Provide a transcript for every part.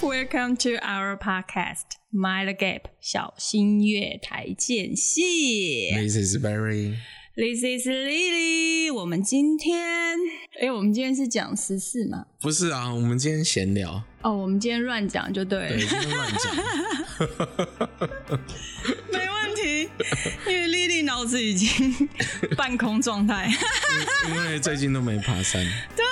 Welcome to our podcast, Mind the Gap，小心月台间隙。 This is very This is Lily。我们今天，哎，我们今天是讲时事嘛？不是啊，我们今天闲聊，哦，我们今天乱讲就 对了对，，今天乱 讲。没问题，因为 Lily 脑子已经半空状态。 因为最近都没爬山。对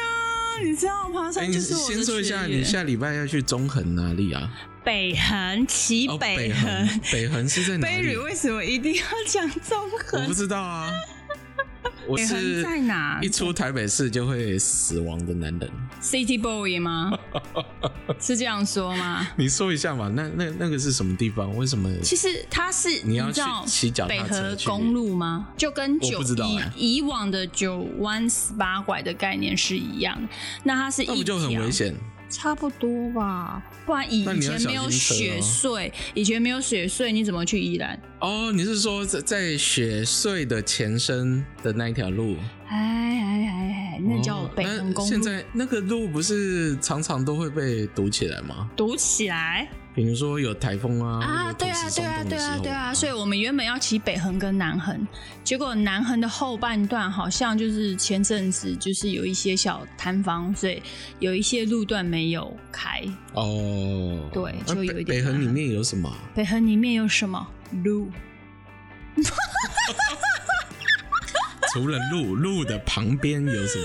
呀、你知道爬哎，山你就是我的先说一下，学业你下礼拜要去中横哪里啊？北横骑哦，北北横。横，北横是在哪 b 里 y 啊？为什么一定要讲中我横不？知道啊。我北横是在哪一出台北市就会死亡的男人。 ？City Boy 吗？是这样说吗？你说一下嘛，那那那个是什么地方？为什么？其实它是你要知道去骑脚北踏河车去公路吗？就跟我九不知道以哎以往的九弯十八拐的概念是一样的，那它是那一不就很条危险？差不多吧，不然以那以你要前没有小心车雪哦隧，以前没有雪隧，你怎么去宜兰？哦，你是说在在雪隧的前身的那一条路？哎哎哎哎，那叫哦北横公那路，现在那个路不是常常都会被堵起来吗？堵起来比如说有台风啊，啊！对啊，对啊，对啊，对啊！嗯所以我们原本要骑北横跟南横，结果南横的后半段好像就是前阵子就是有一些小摊方，所以有一些路段没有开。以哦，对那就有北一点北横麻里烦面有什么啊？北横里面有什么路？除了路， 路的旁边有什么？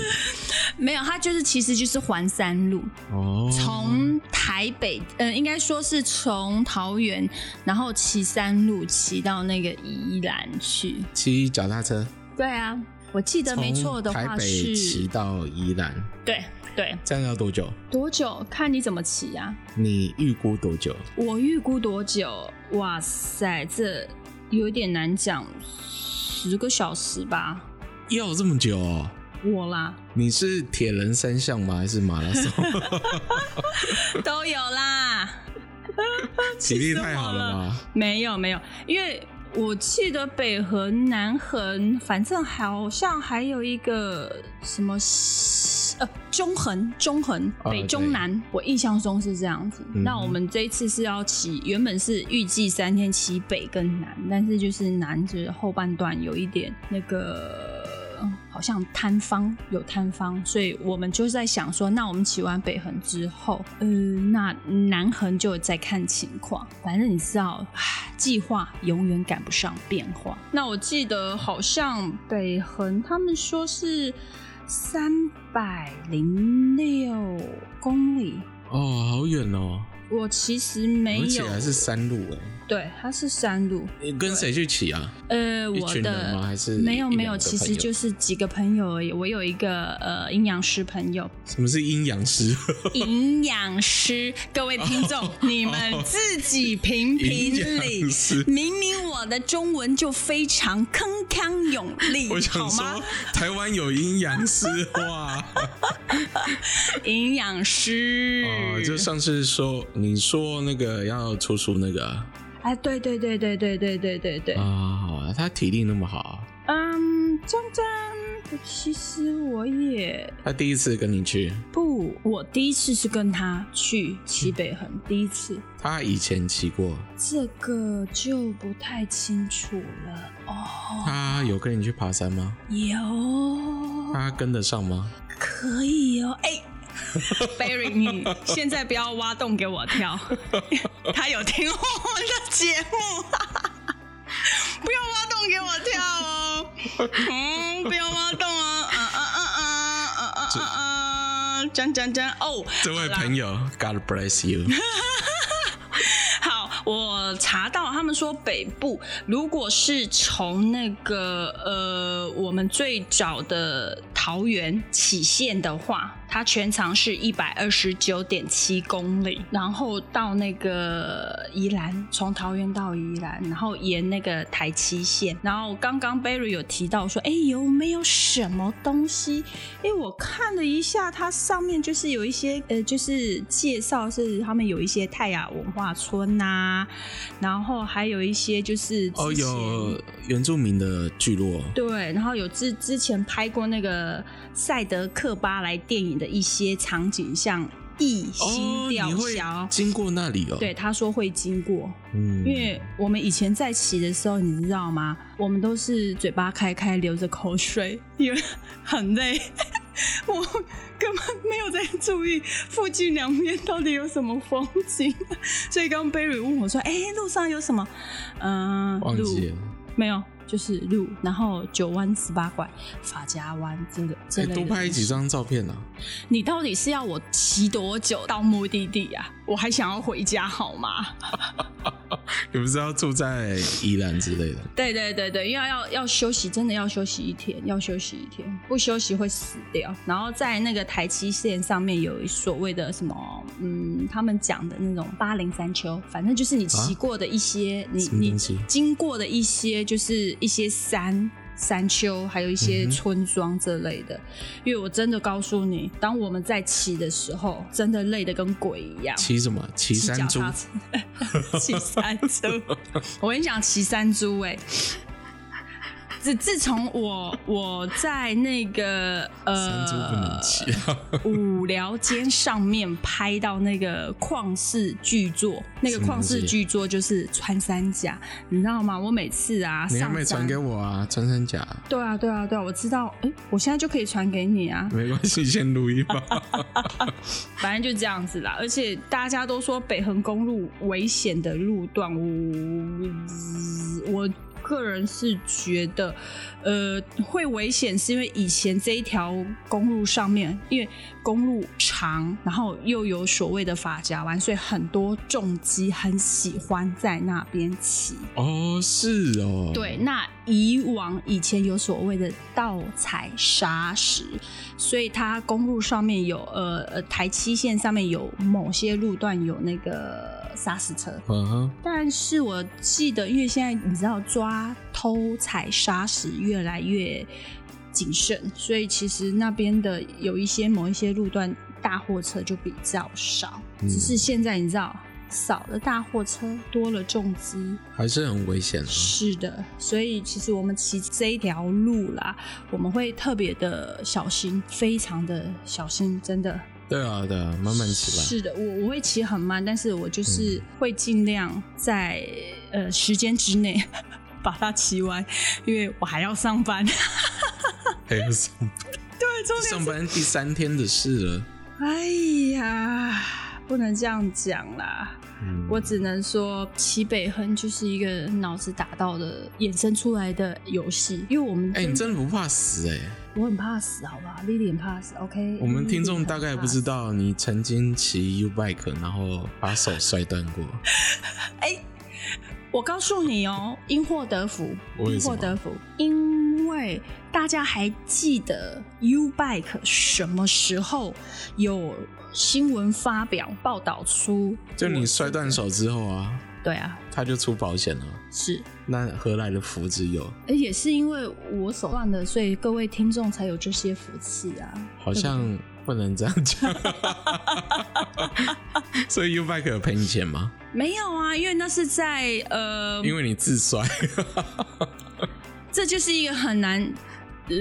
没有，它就是其实就是环山路。哦，从台北，呃，应该说是从桃园，然后骑山路骑到那个宜兰去。骑脚踏车，对啊，我记得没错的从话台北骑是，到宜兰，对对，这样要多久？多久？看你怎么骑啊。你预估多久？我预估多久？哇塞，这有点难讲，十个小时吧。要这么久、哦？我啦，你是铁人三项吗？还是 马拉啊松？都有 啦。体力太好了气吧？没有没有，因为我记得北横、南横，反正好像还有一个什么西呃中横、中横、啊北对中南，我印象中是这样子。嗯那我们这一次是要骑，原本是预计三天骑北跟南，但是就是南就是后半段有一点那个。好像摊方有摊方，所以我们就在想说，那我们骑完北横之后，呃，那南横就再看情况。反正你知道，唉计划永远赶不上变化。那我记得好像北横他们说是三百零六公里，哦，好远哦，我其实没而且有，还是山路哎。对，它是山路。你跟谁去骑啊？呃，一我群人吗？的还是没有一没有，两个其朋实友就是几个朋友而已。我有一个呃阴阳师朋友，什么是阴 阳师？营养师，各位听众， 你们自己评评哦营理养师。明明我的中文就非常铿锵有力，我想好吗说？，台湾有阴阳师 哇！营养师，哦，就上次说你说那个要出书那个啊，哎，对对对对对对对对对，啊他体力那么好，啊嗯，江江，其实我也他第一次跟你去，不，我第一次是跟他去西北横，第一次，他以前骑过，嗯这个就不太清楚了哦，他有跟你去爬山吗？有。他跟得上吗？可以哦，哎、b e r r y 你现在不要挖洞给我跳， 他有听我们的节目， 不要挖洞给我跳 哦，嗯，不要挖洞哦，嗯嗯嗯嗯嗯嗯嗯嗯，讲讲讲哦，这位 朋友，God bless you。好，我查到他们说北部如果是从那个呃我们最早的桃园起线的话，它全长是一百二十九点七公里，然后到那个宜兰，从桃园到宜兰，然后沿那个台七线，然后刚刚 Barry 有提到说，哎，有没有什么东西哎，我看了一下，它上面就是有一些呃，就是介绍是他们有一些泰雅文化村呐、然后还有一些就是之哦，前有原住民的聚落，对，然后有之之前拍过那个《赛德克巴莱》电影的一些场景，像义哦新，你吊会桥。经过那里哦？对，，他说会经过，嗯，因为我们以前在骑的时候，你知道吗？我们都是嘴巴开开，流着口水，因为 很累。我根本没有在注意附近两边到底有什么风景，所以刚 Berry 问我说：“哎、路上有什么？”嗯、忘路记了，没有，就是路，然后九弯十八拐、法家湾这个这哎，类的多拍东西几。张照片啊！你到底是要我骑多久到目的地啊？我还想要回家好吗？你不是要住在宜兰之类的？对对对对，因为要要休息，真的要休息一天，要休息一天，不休息会死掉。然后在那个台七线上面有所谓的什么，嗯，他们讲的那种八零三丘，反正就是你骑啊过的一些，你什么你东西经过的一些，就是一些山。山丘，还有一些嗯哼村庄这类的，因为我真的告诉你，当我们在骑的时候，真的累得跟鬼一样。骑什么？啊骑骑山脚 猪？踏车，骑山猪， 我跟你讲，骑山猪哎、自自从我我在那个山猪不能呃骑。啊 五聊间上面拍到那个旷世巨作，那个什么旷东西世巨作就是穿山甲，你知道吗？我每次啊你还上没传山给，我啊？穿山甲对啊对啊对啊，我知道，哎、我现在就可以传给你啊，没关系，先录一把。反正就这样子啦。而且大家都说北横公路危险的路段，我我个人是觉得，呃，会危险是因为以前这一条公路上面，因为公路长，然后又有所谓的法夹弯，所以很多重机很喜欢在那边骑。哦，是哦，对，那以往以前有所谓的盗采砂石，所以它公路上面有呃呃台七线上面有某些路段有那个砂石车，嗯哼，但是我记得，因为现在你知道抓偷采砂石越来越谨慎，所以其实那边的有一些某一些路段大货车就比较少，嗯只是现在你知道少了大货车，多了重机，还是很危险啊。是的，所以其实我们骑这一条路啦，我们会特别的小心，非常的小心，真的。对啊，对啊，慢慢骑吧。嗯是的，我我会骑很慢，但是我就是会尽量在、呃时间之内 把它骑完，因为我还要上班。 还要上班，对，重点上班第三天的事了。哎呀，不能这样讲啦。嗯我只能说，骑北横就是一个脑子打到的衍生出来的游戏，因为我们哎、你真的不怕死哎、我很怕死，好不好？Lily 很怕死，OK。我们听众大概不知。道你曾经骑 U bike，然后把手摔断过。我告诉你哦，因祸得福，为因什么祸得福，因为大家还记得 U Bike 什么时候有新闻发表报道出？就你摔断手之后啊，对啊，他就出保险了。是，那何来的福之有？而也是因为我手断的，所以各位听众才有这些福气啊。好像不能这样 讲。所以 U bike 有赔你钱吗？没有啊，因为那是在呃，因为你自摔。这就是一个很难，呃，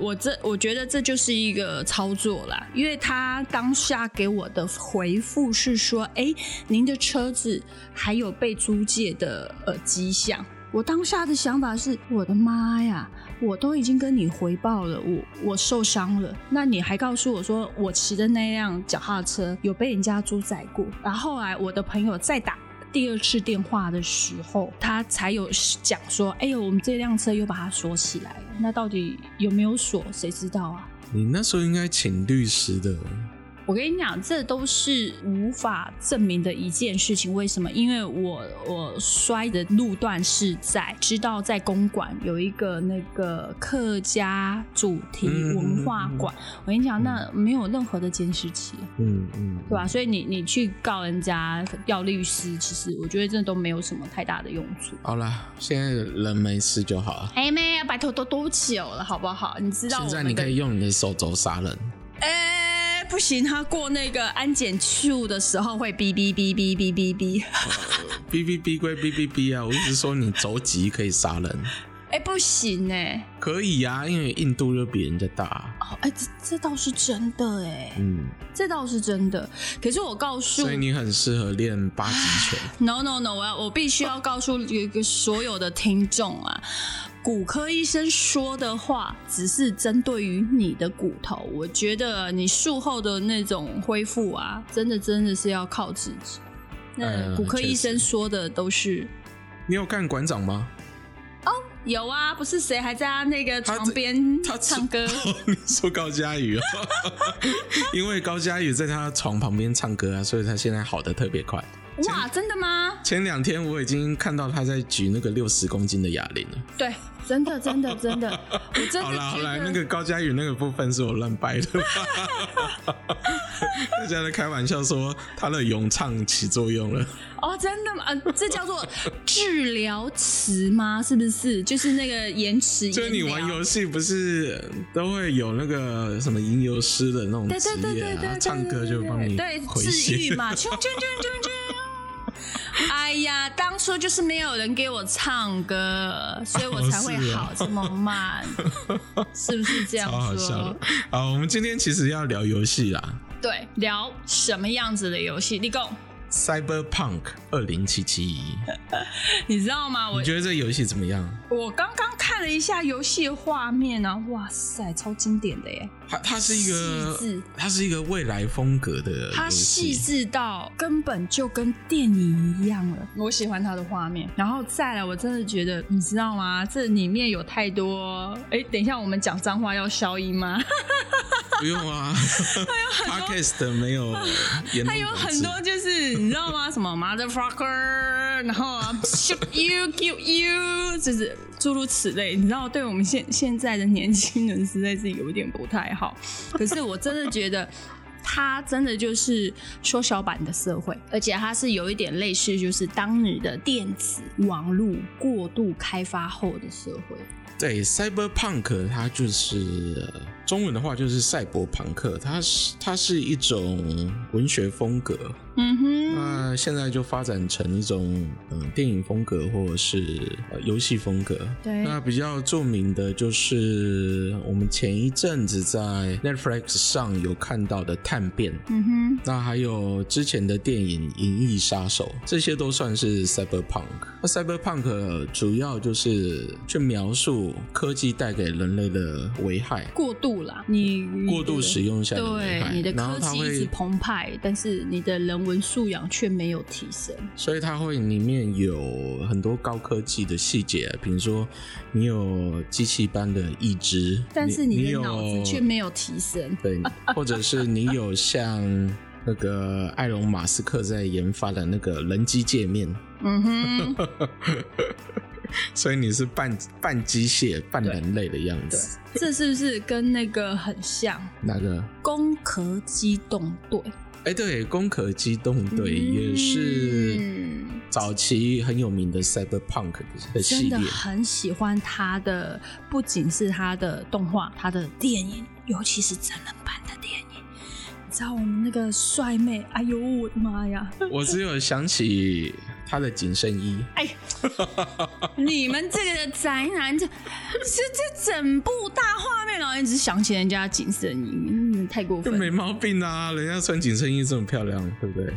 我这我觉得这就是一个操作啦，因为他当下给我的回复是说，哎，您的车子还有被租借的呃迹象。我当下的想法是，我的妈呀，我都已经跟你回报了，我我受伤了，那你还告诉我说我骑的那辆脚踏车有被人家租载过，然后后来我的朋友再打第二次电话的时候，他才有讲说：“哎呦，我们这辆车又把它锁起来了。那到底有没有锁？谁知道啊 你那时候应该请律师的。？”我跟你讲，这都是无法证明的一件事情。为什么？因为我我摔的路段是在知道在公馆有一个那个客家主题嗯文化馆。我跟你讲，那没有任何的监视器。嗯嗯，对吧、所以你你去告人家要律师，其实我觉得这都没有什么太大的用处。好啦，现在人没事就好了。哎妹，拜托都多久了，好不好？你知道现我在们你可的以用你的手肘杀人。哎、不行，他过那个安检处的时候会哔哔哔哔哔哔哔。哔哔哔归哔哔哔啊，我一直说你肘击可以杀人。哎、不行哎、可以啊，因为印度就比人家大啊、哦，哎、这这倒是真的哎、嗯，这倒是真的。可是我告诉所以你很适合练八极拳。 No No No！我要我必须要告诉有一个所有的听众啊，骨科医生说的话只是针对于你的骨头，我觉得你术后的那种恢复啊，真的真的是要靠自己。那嗯骨科医确生说的都是你有看馆长吗？有啊，不是谁还在他那个他床边他唱 歌？哦你说高 佳宇、哦，因为高佳宇在他床旁边唱歌啊，所以他现在好的特别快。哇，真的吗？前两天我已经看到他在举那个六十公斤的哑铃了。对，真的真的真的，我真的好啦好觉啦，得那个高佳宇那个部分是我乱掰 的，大家在开玩笑说他的咏唱起作用了。哦，真的吗？呃，这叫做治疗词吗？是不是？就是那个延迟就是你音疗玩游戏不是都会有那个什么吟游诗的那种对职对对业对对啊，对，唱歌对就帮你对回治愈血。 嘛，啾啾啾啾啾。哎呀，当初就是没有人给我唱歌，所以我才会哦是啊好这么慢，是不是这样 超好笑说的？啊！我们今天其实要聊游戏啦对，聊什么样子的游戏？立功， ，Cyberpunk 二零七七，你知道吗？我你觉得这游戏怎么样？我刚刚看了一下游戏画面啊，哇塞，超经典的耶！它它是一个细致，它是一个未来风格的它游细戏，致到根本就跟电影一样了，我喜欢它的画面。然后再来，我真的觉得，你知道吗？这里面有太多……哎、等一下，我们讲脏话要消音吗？不用 啊，Podcast 没有言论它有管很制多，就是你知道吗？什么 motherfucker，然后啊 shoot you kill you，就是诸如此类。你知道，对我们现现在的年轻人实在是有点不太好。可是我真的觉得。它真的就是缩小版的社会，而且它是有一点类似，就是当你的电子网络过度开发后的社会。对，cyberpunk 它就是呃中文的话就是赛博朋克，它是它是一种文学风格，嗯哼，那、现在就发展成一种嗯电影风格或者是呃游戏风格。对那比较著名的就是我们前一阵子在 Netflix 上有看到的《探变》。嗯哼，那还有之前的电影《银翼杀手》，这些都算是 cyberpunk。那 cyberpunk 主要就是去描述科技带给人类的危害，过度啦，你你过度的使用下的危对，害，你的然科后它技一直会，澎湃，但是你的人文素养却没有提升。所以它会里面有很多高科技的细节，比如说你有机器般的意志，但是你你的有脑子却没有提升。 对，或者是你有像那个埃隆·马斯克在研发的那个人机界面。 嗯哼， 所以你是半半机械、半人类的样子。这是不是跟那个很像？那个？攻壳机动队哎、对，《攻壳机动队》也是嗯早期很有名的 cyberpunk 的系真的列。很喜欢它的，不仅是它的动画，它的电影，尤其是真人版的电影。你知道我们那个帅妹，哎呦我的妈呀！我只有想起他的紧身衣，哎，你们这个宅男，这这这整部大画面，然后一直想起人家紧身衣，嗯，太过就分没了。毛病啊！人家穿紧身衣这么漂亮，对不对？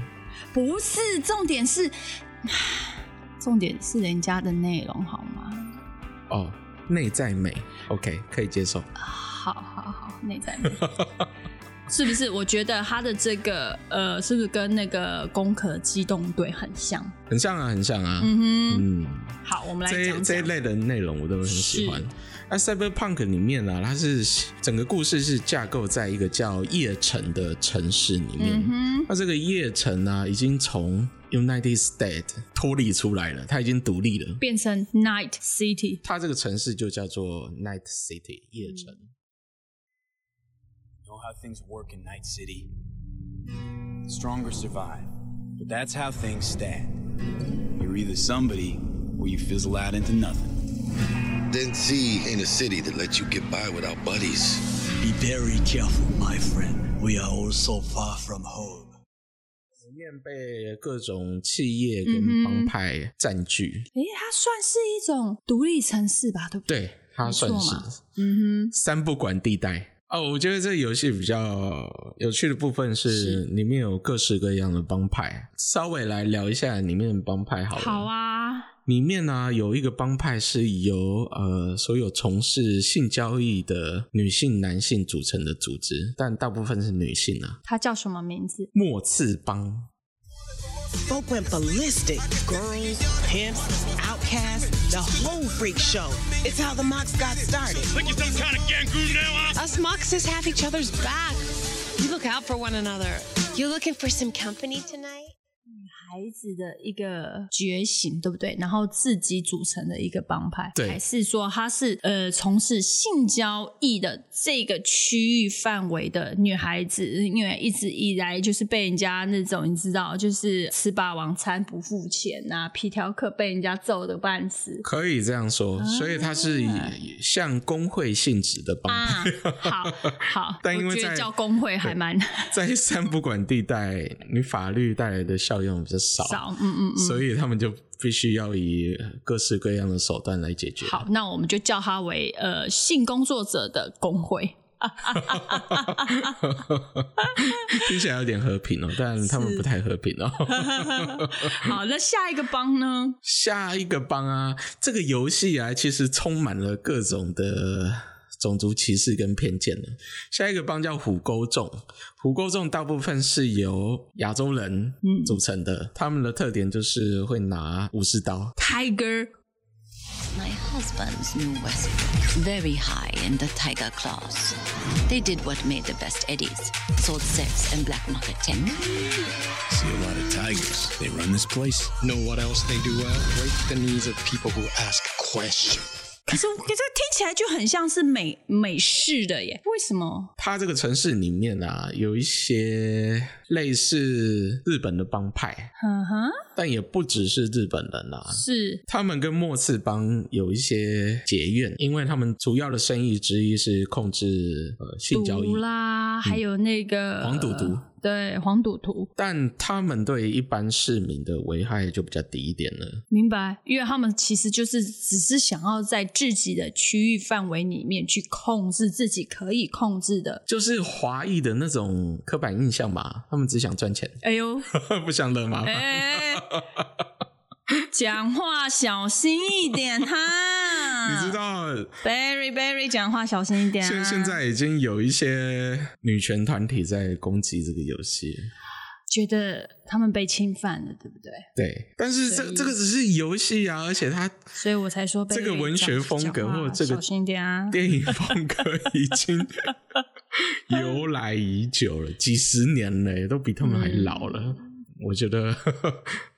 不是，重点是，重点是人家的内容好吗？哦，内在美，OK，可以接受。好好好，内在 美是不是？我觉得他的这个呃，是不是跟那个《攻壳机动队》很像？很像啊，很像啊。嗯嗯哼，好，我们来这一讲这一讲。类的内容我都很喜欢是。那 Cyberpunk 里面呢、它是整个故事是架构在一个叫夜城的城市里面。嗯那这个夜城呢、已经从 United States 脱离出来了，它已经独立了哼，。变成 Night City，它这个城市就叫做 Night City 夜城。 know how things work in Night City. Stronger survive, but that's how things stand. You're either somebody or you fizzle out into nothing. Then see ain't a city that lets you get by without buddies. Be very careful, my friend. We are all so far from home. 里面便被各种企业嗯跟帮派占据。诶，它算是一种独立城市吧，对不对？对，它算没是错嘛嗯三不管地带。哦，我觉得这游戏比较有趣的部分是是里面有各式各样的帮派，稍微来聊一下里面的帮派好哼，了。好啊，里面呢、有一个帮派是由呃所有从事性交易的女性、男性组成的组织，但大部分是女性啊。它叫什么名字？末次帮， Folk went ballistic. Girls, pimps, outcasts, the whole freak show. It's how the Mox got started. Think you're some kind of gangu now, huh? Us Moxes have each other's back. We look out for one another. You looking for some company tonight? 孩子的一个觉醒，对不对？然后自己组成的一个帮派，对还是说她是呃从事性交易的这个区域范围的女孩子？因为一直以来就是被人家那种你知道，就是吃霸王餐不付钱呐、皮条客被人家揍的半 死。可以这样啊说，所以它是以像工会性质的帮派。，啊，好好 但因为我觉在得叫工会还蛮 在三不管地带，你法律带来的效用比较少，少，嗯嗯嗯。所以他们就必须要以各式各样的手段来解决。 好，那我们就叫它为呃性工作者的工会。 听起来有点和平哦，但他们不太和平 哦。好，那下一个帮呢？下一个帮啊，这个游戏啊，其实充满了各种的种族歧视跟偏见的。下一个帮叫虎沟众，虎沟众大部分是由亚洲人嗯组成的，他们的特点就是会拿武士刀。 Tiger My husband's new weapon, very high in the tiger claws. They did what made the best eddies, sold sex and black market tech. See a lot of tigers. They run this place. Know what else they do well? Break the knees of people who ask questions. 可 是可是听起来就很像是美美式的耶，为什么？它这个城市里面啊，有一些类似日本的帮派，嗯哼，但也不只是日本人啊。是他们跟末次帮有一些结怨，因为他们主要的生意之一是控制呃性交易嗯赌，啦，还有那个黄赌毒，对黄赌毒，但他们对一般市民的危害就比较低一点了。明白？因为他们其实就是只是想要在自己的区域范围里面去控制自己可以控制的。就是华裔的那种刻板印象吧，他们只想赚钱， 哎呦，不想惹麻烦。哎，讲话小心一点哈！ 你知道，Berry Berry 讲话小心一点、啊。现现在已经有一些女权团体在攻击这个游戏，觉得他们被侵犯了，对不对？对，但是这所以这个只是游戏啊，而且它所以我才说 Berry 这个文学风格讲话或者这个小心一点啊。电影风格已经由来已久了，几十年了，都比他们还老了。我觉得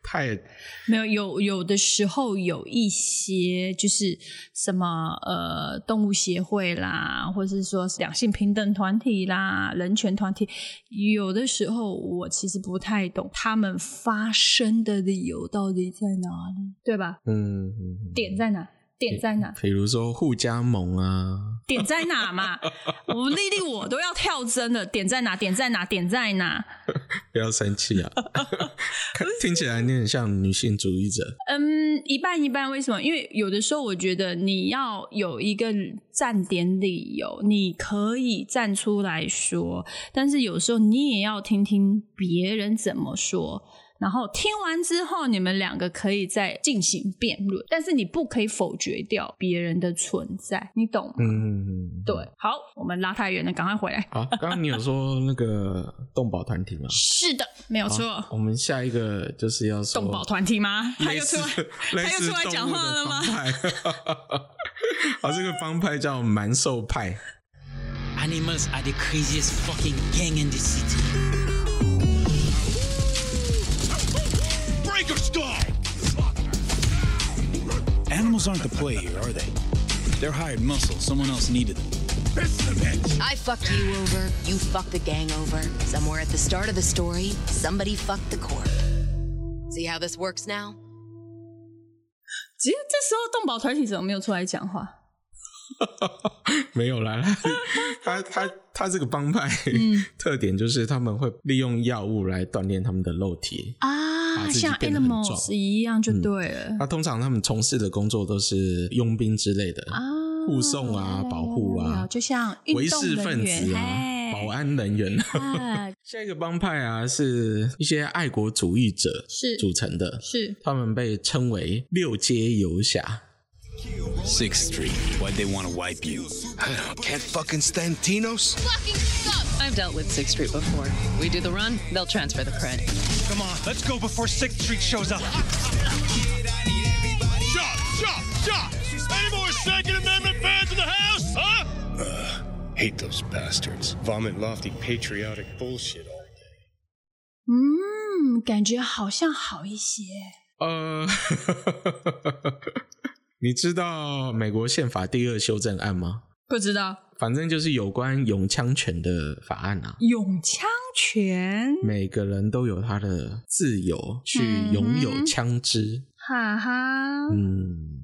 太没有有有的时候有一些就是什么呃动物协会啦，或是说两性平等团体啦、人权团体，有的时候我其实不太懂他们发声的理由到底在哪里，对吧？嗯，嗯点在哪？点在哪？比如说互加盟啊，点在哪嘛？ 我丽丽我都要跳针了，点在哪？点在哪？点在哪？不要生气啊，看听起来你很像女性主义者，嗯，一半一半。为什么？因为有的时候我觉得你要有一个站点理由，你可以站出来说，但是有时候你也要听听别人怎么说。然后听完之后，你们两个可以再进行辩论，但是你不可以否决掉别人的存在，你懂吗？嗯，对。好，我们拉太远了，赶快回来。好，刚刚你有说那个动保团体吗？ 是的，没有错。我们下一个就是要说动保团体吗？他类又似出来，类他又似出来讲话了吗动物的帮派？ 啊，这个帮派叫蛮兽派， Animals are the craziest fucking gang in the city. Break or stall! Animals aren't the play here, are they? They're hired muscle. Someone else needed them. I fucked you over, you fucked the gang over. Somewhere at the start of the story, somebody fucked the court. See how this works now? 其实这时候动保团体怎么没有出来讲话？ 没有啦，他他他他这个帮派、嗯特点就是他们会利用药物来锻炼他们的肉体。把啊，自己像变得很壮嗯 Animals 一样就对了。那通常他们从事的工作都是佣兵之类的啊，护送啊、保护了解了啊解，就像运维动士人分员子啊、哎保安人员。 啊， 下一个帮派啊，是一些爱国主义者是组成的，是他们被称为六街游侠。 Sixth Street. Why'd they want to wipe you? Can't fucking stand Tinos? I've dealt with Sixth Street before. We do the run, they'll transfer the cred. Come on, let's go before Sixth Street shows up. Shot, shot, shot. Any more Second Amendment fans in the house, huh? Hate those bastards. Vomit lofty patriotic bullshit all day. 嗯，感觉好像好一些。呃， 你知道美国宪法第二修正案吗？不知道反正就是有关永枪权的法案啊。永枪拳，每个人都有他的自由去嗯拥有枪支。哈哈，嗯，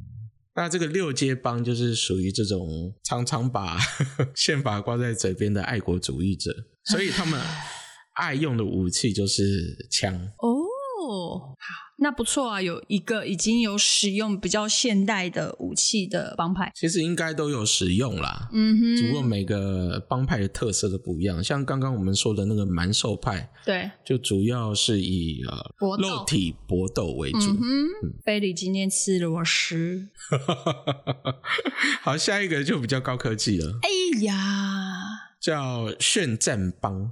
那这个六街帮就是属于这种常常把 宪法挂在嘴边的爱国主义者，所以他们爱用的武器就是枪。哦，好那不错啊，有一个已经有使用比较现代的武器的帮派。其实应该都有使用啦，嗯只不过哼，每个帮派的特色都不一样。像刚刚我们说的那个蛮兽派，对，就主要是以呃搏斗肉体搏斗为主。嗯哼，贝里今天吃螺丝。 好，下一个就比较高科技了，哎呀，叫炫战帮。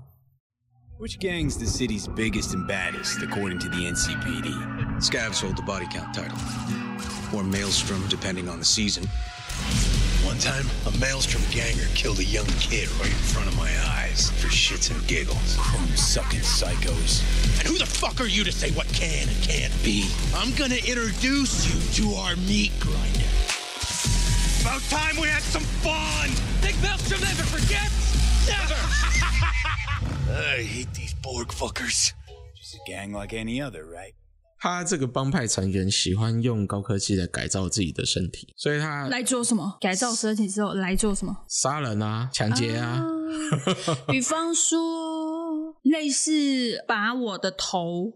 Which gang's the city's biggest and baddest, according to the NCPD? Scavs hold the body count title. Or Maelstrom, depending on the season. One time, a Maelstrom ganger killed a young kid right in front of my eyes for shits and giggles. Chrome sucking psychos. And who the fuck are you to say what can and can't B. I'm gonna introduce you to our meat grinder. About time we had some fun! Think Maelstrom never forgets? Never! I hate these Borg fuckers. Just a gang like any other, right? 他这个帮派成员喜欢用高科技来改造自己的身体，所以他来做什么？改造身体之后来做什么？杀人啊、抢劫啊，比方说，类似把我的头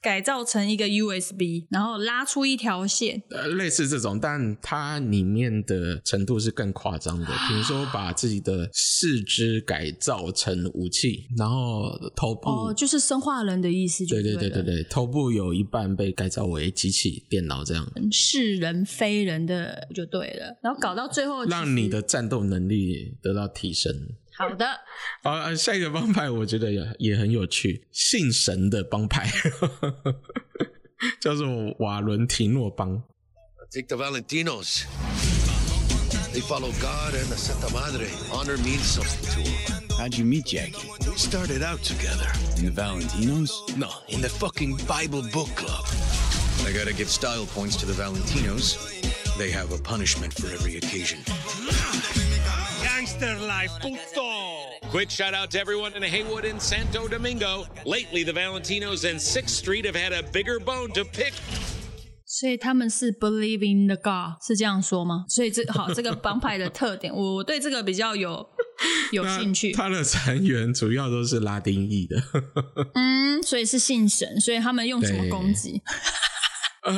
改造成一个 USB，然后拉出一条线， 呃类似这种，但它里面的程度是更夸张的，比如啊说把自己的四肢改造成武器，然后头部，哦，就是生化人的意思就嗯对对对对了对对，头部有一半被改造为机器、电脑这样，哦是人非人的就对了，然后搞到最后，让你的战斗能力得到提升。好的好，呃下一个帮派我觉得也也很有趣，姓神的帮派， 叫做瓦伦提诺帮。 Take the Valentinos. They follow God and the Santa Madre. Honor means something to them. How'd you meet Jackie? We started out together. In the Valentinos? No, in the fucking Bible book club. I gotta give style points to the Valentinos. They have a punishment for every occasion. Gangster life, puto! Quick shout out to everyone in Haywood and Santo Domingo. Lately, the Valentinos and 6th Street have had a bigger bone to pick. 所以他们是 believe in the God，是这样说吗？所以这好，这个帮派的特 点，我我对这个比较有有那兴趣。他的成员主要都是拉丁裔的。 嗯，所以是信神，所以他们用什么对攻击？呃，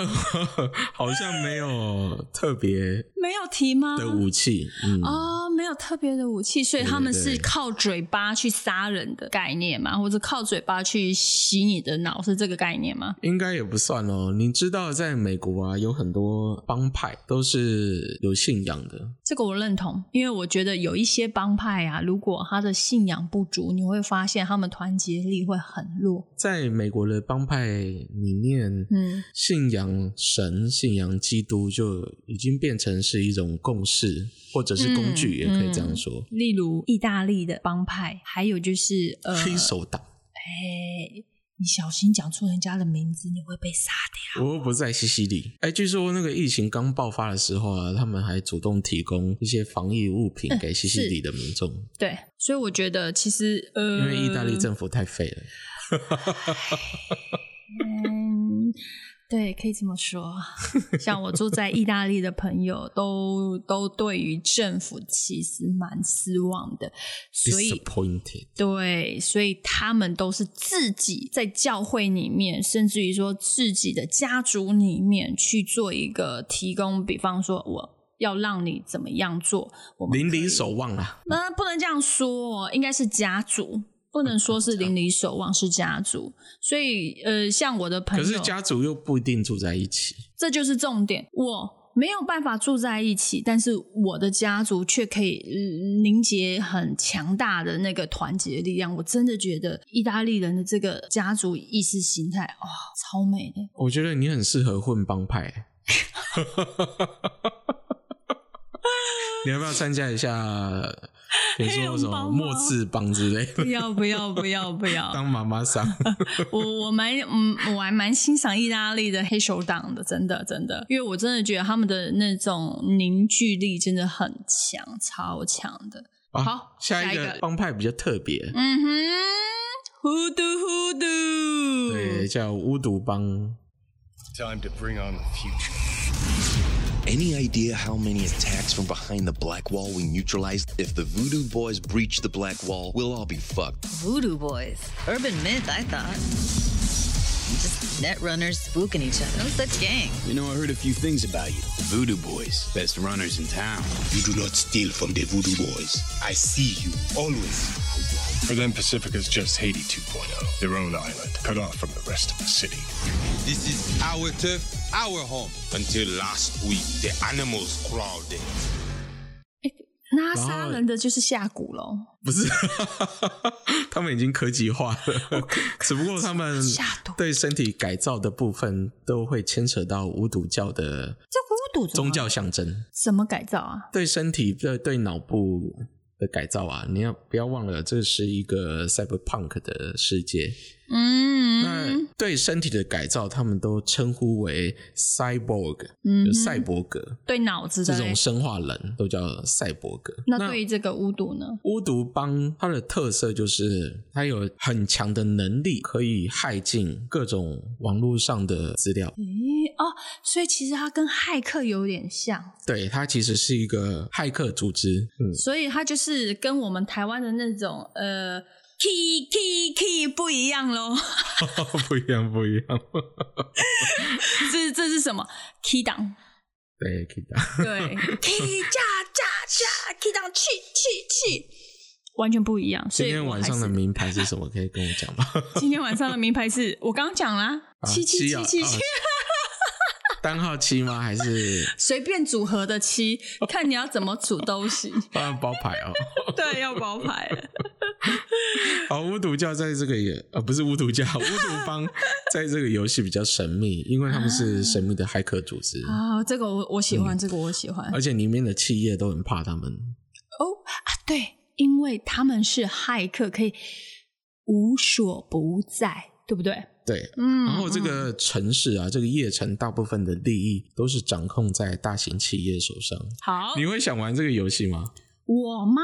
好像没有特别没有提吗？的武器，嗯，哦，没有特别的武器，所以他们是靠嘴巴去杀人的概念嘛，或者靠嘴巴去洗你的脑，是这个概念吗？应该也不算哦。你知道，在美国啊，有很多帮派都是有信仰的，这个我认同，因为我觉得有一些帮派啊，如果他的信仰不足，你会发现他们团结力会很弱。在美国的帮派里面，嗯，信仰神、信仰基督就已经变成是一种共识，或者是工嗯具，也可以这样说。例如意大利的帮派，还有就是呃，黑手党，哎，你小心讲出人家的名字，你会被杀掉。我又不在西西里。哎，据说那个疫情刚爆发的时候啊，他们还主动提供一些防疫物嗯品给西西里的民众。对，所以我觉得其实呃，因为意大利政府太废了。嗯，对，可以这么说。像我住在意大利的朋友，都都对于政府其实蛮失望的，所以 disappointed。对，所以他们都是自己在教会里面，甚至于说自己的家族里面去做一个提供，比方说我要让你怎么样做，我们邻里守望啊，那、不能这样说，应该是家族。不能说是邻里守望，是家族。所以，呃，像我的朋可友，是家族又不一定住在一起。这就是重点。我没有办法住在一起，但是我的家族却可以呃凝结很强大的那个团结力量。我真的觉得意大利人的这个家族意识形态，哇、超美 的！我觉得你很适合混帮派。欸 你要不要参加一下？比如说什么末字帮之类的不，要不要不要不要！当妈妈桑。 我我蛮嗯，我还蛮欣赏意大利的黑手党的，真的真的，因为我真的觉得他们的那种凝聚力真的很强，超强的。啊好下下一个个帮派比较特别，嗯哼，糊涂糊涂。对，叫巫毒帮。 Time to bring on the future. Any idea how many attacks from behind the black wall we neutralized? If the voodoo boys breach the black wall, we'll all be fucked. Voodoo boys. Urban myth, I thought. Just net runners spooking each other. No such gang. You know, I heard a few things about you. Voodoo Boys, best runners in town. You do not steal from the Voodoo Boys. I see you, always. For them, Pacifica's just Haiti 2.0, their own island, cut off from the rest of the city. This is our turf, our home. Until last week, the animals crawled in. 那他杀人的就是下蛊喽。不是， 他们已经科技化了，只不过他们 对身体改造的部分都会牵扯到巫毒教的这巫毒宗教象征，怎么改造啊？对身体对对脑部的改造啊，你要不要忘了，这是一个 cyberpunk 的世界，嗯，对身体的改造，他们都称呼为 cyborg，嗯哼就赛博格，对脑子这的种嘞。生化人都叫赛博格。那对于这个巫毒呢？巫毒帮它的特色就是它有很强的能力，可以害进各种网络上的资料。咦哦，所以其实它跟骇客有点像，对，它其实是一个骇客组织。嗯，所以它就是跟我们台湾的那种呃 key key key 不一样喽。 不一样，不一样。 这这是什么？key 档 对，Kita， 对，key 炸炸炸，key 档去去去，完全不一样。所今以天我晚还上是的名牌是什么？可以跟我讲吗？今天晚上的名牌是我刚刚讲啦，啊七七七啊七七啊七， 单号七吗？还是 随便组合的七，看你要怎么组都行。当然包牌哦？ 对，要包牌了。好，巫毒哦教在这个也呃不是巫毒教， 巫毒帮在这个游戏比较神秘，因为他们是神秘的骇客组织，啊，这个我我喜欢，这个我喜欢。而且里面的企业都很怕他们。哦啊，对，因为他们是骇客，可以无所不在，对不对？对，嗯然后这个城市啊，这个夜城大部分的利益都是掌控在大型企业手上。好，你会想玩这个游戏吗？我吗？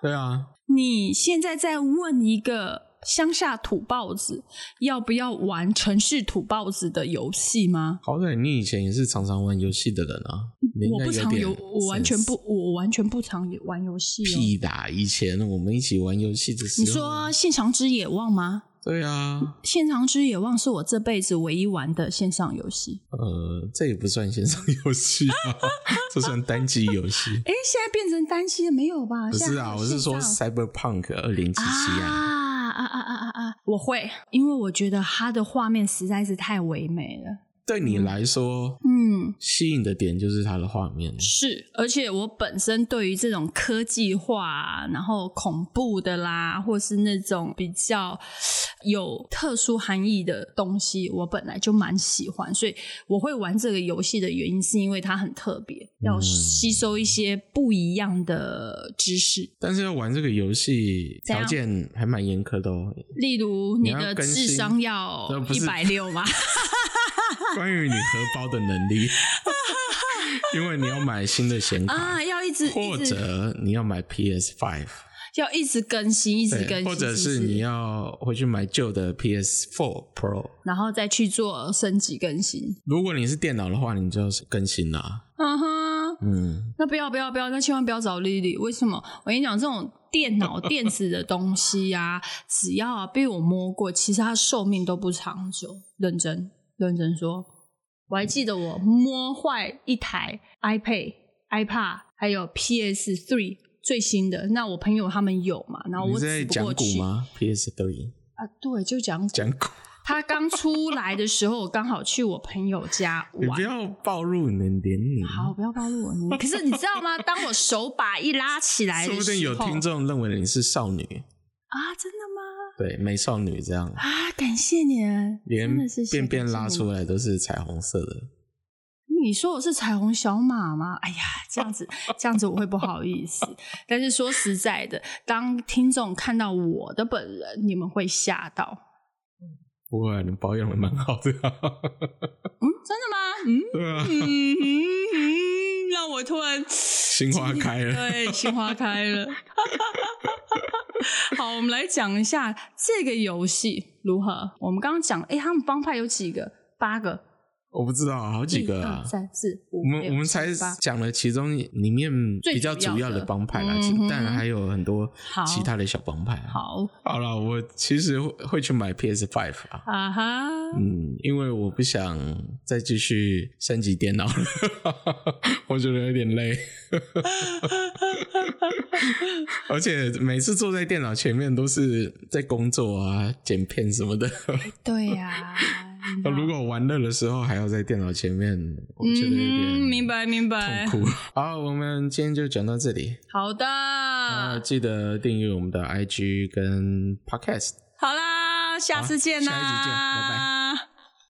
对啊，你现在在问一个乡下土包子要不要玩城市土包子的游戏吗？好歹你以前也是常常玩游戏的人啊，你应嗯我该不有常点游，我完全不，我完全不常有玩游戏、哦。屁啦！以前我们一起玩游戏的时候，你说《啊现场之野望》吗？对啊， 《现场之野望》是我这辈子唯一玩的线上游戏。呃，这也不算线上游戏啊， 这算单机游戏。哎，现在变成单机了没有吧？不是啊，我是说现在还有线上 Cyberpunk 二零七七啊，啊啊啊啊啊啊！我会，因为我觉得它的画面实在是太唯美了。对你来说，嗯，吸引的点就是它的画面。是，而且我本身对于这种科技化啊、然后恐怖的啦，或是那种比较有特殊含义的东西，我本来就蛮喜欢，所以我会玩这个游戏的原因是因为它很特别，嗯要吸收一些不一样的知识，但是要玩这个游戏，怎样条件还蛮严苛的 哦。例如你你的要更智新商要呃不一是百六吗？ 关于你荷包的能力， 因为你要买新的显卡，啊，要一直一或直者你要买 PS Five，要一直更新，一直对更新，或者是是不是你要回去买旧的 PS4 Pro。然后再去做升级更新。如果你是电脑的话，你就要更新啦。嗯哼，嗯，那不要不要不要，那千万不要找 Lily。为什么？我跟你讲，这种电脑电子的东西啊，只要啊被我摸过，其实它寿命都不长久。认真认真说，我还记得我摸坏一台 iPad、iPad，还有 PS Three 最新的。那我朋友他们有嘛？然后你我是在只不讲过股去吗？PS3 啊，对，就讲古啊讲股，他刚出来的时候，我刚好去我朋友家你玩不。要暴露你的年龄。好，不要暴露我年嗯哦龄。可是你知道吗？当我手把一拉起来的时说候，不定有听众认为你是少女，啊，真的吗？对，美少女这样，啊，感谢你，连真的是谢谢便便拉出。感谢来都是彩虹色的。你你说我是彩虹小马吗？哎呀，这样 子，这样子我会不好意思。但是说实在的，当听众看到我的本人，你们会吓到。不过你保养的蛮好的啊，嗯，真的吗？嗯，对啊，嗯嗯嗯，让我突然心花开了。对，心花开了。 好，我们来讲一下这个游戏如何。我们刚刚讲，哎、他们帮派有几个？八个，我不知道，好几个啊一二。三四五我们六我们才七八讲了其中里面比较主要的帮派啦，最主要的嗯当然还有很多好其他的小帮派啊。好好了，我其实会会去买 PS Five 啊，啊 哈，嗯，因为我不想再继续升级电脑了， 我觉得有点累， 而且每次坐在电脑前面都是在工作啊、剪片什么的。 对啊呀、那如果玩乐的时候还要在电脑前面，我觉得嗯哼，有点明白明白。痛苦。好，我们今天就讲到这里。好的，啊，记得订阅我们的 IG 跟 Podcast。好啦，下次见啦，下一集见拜拜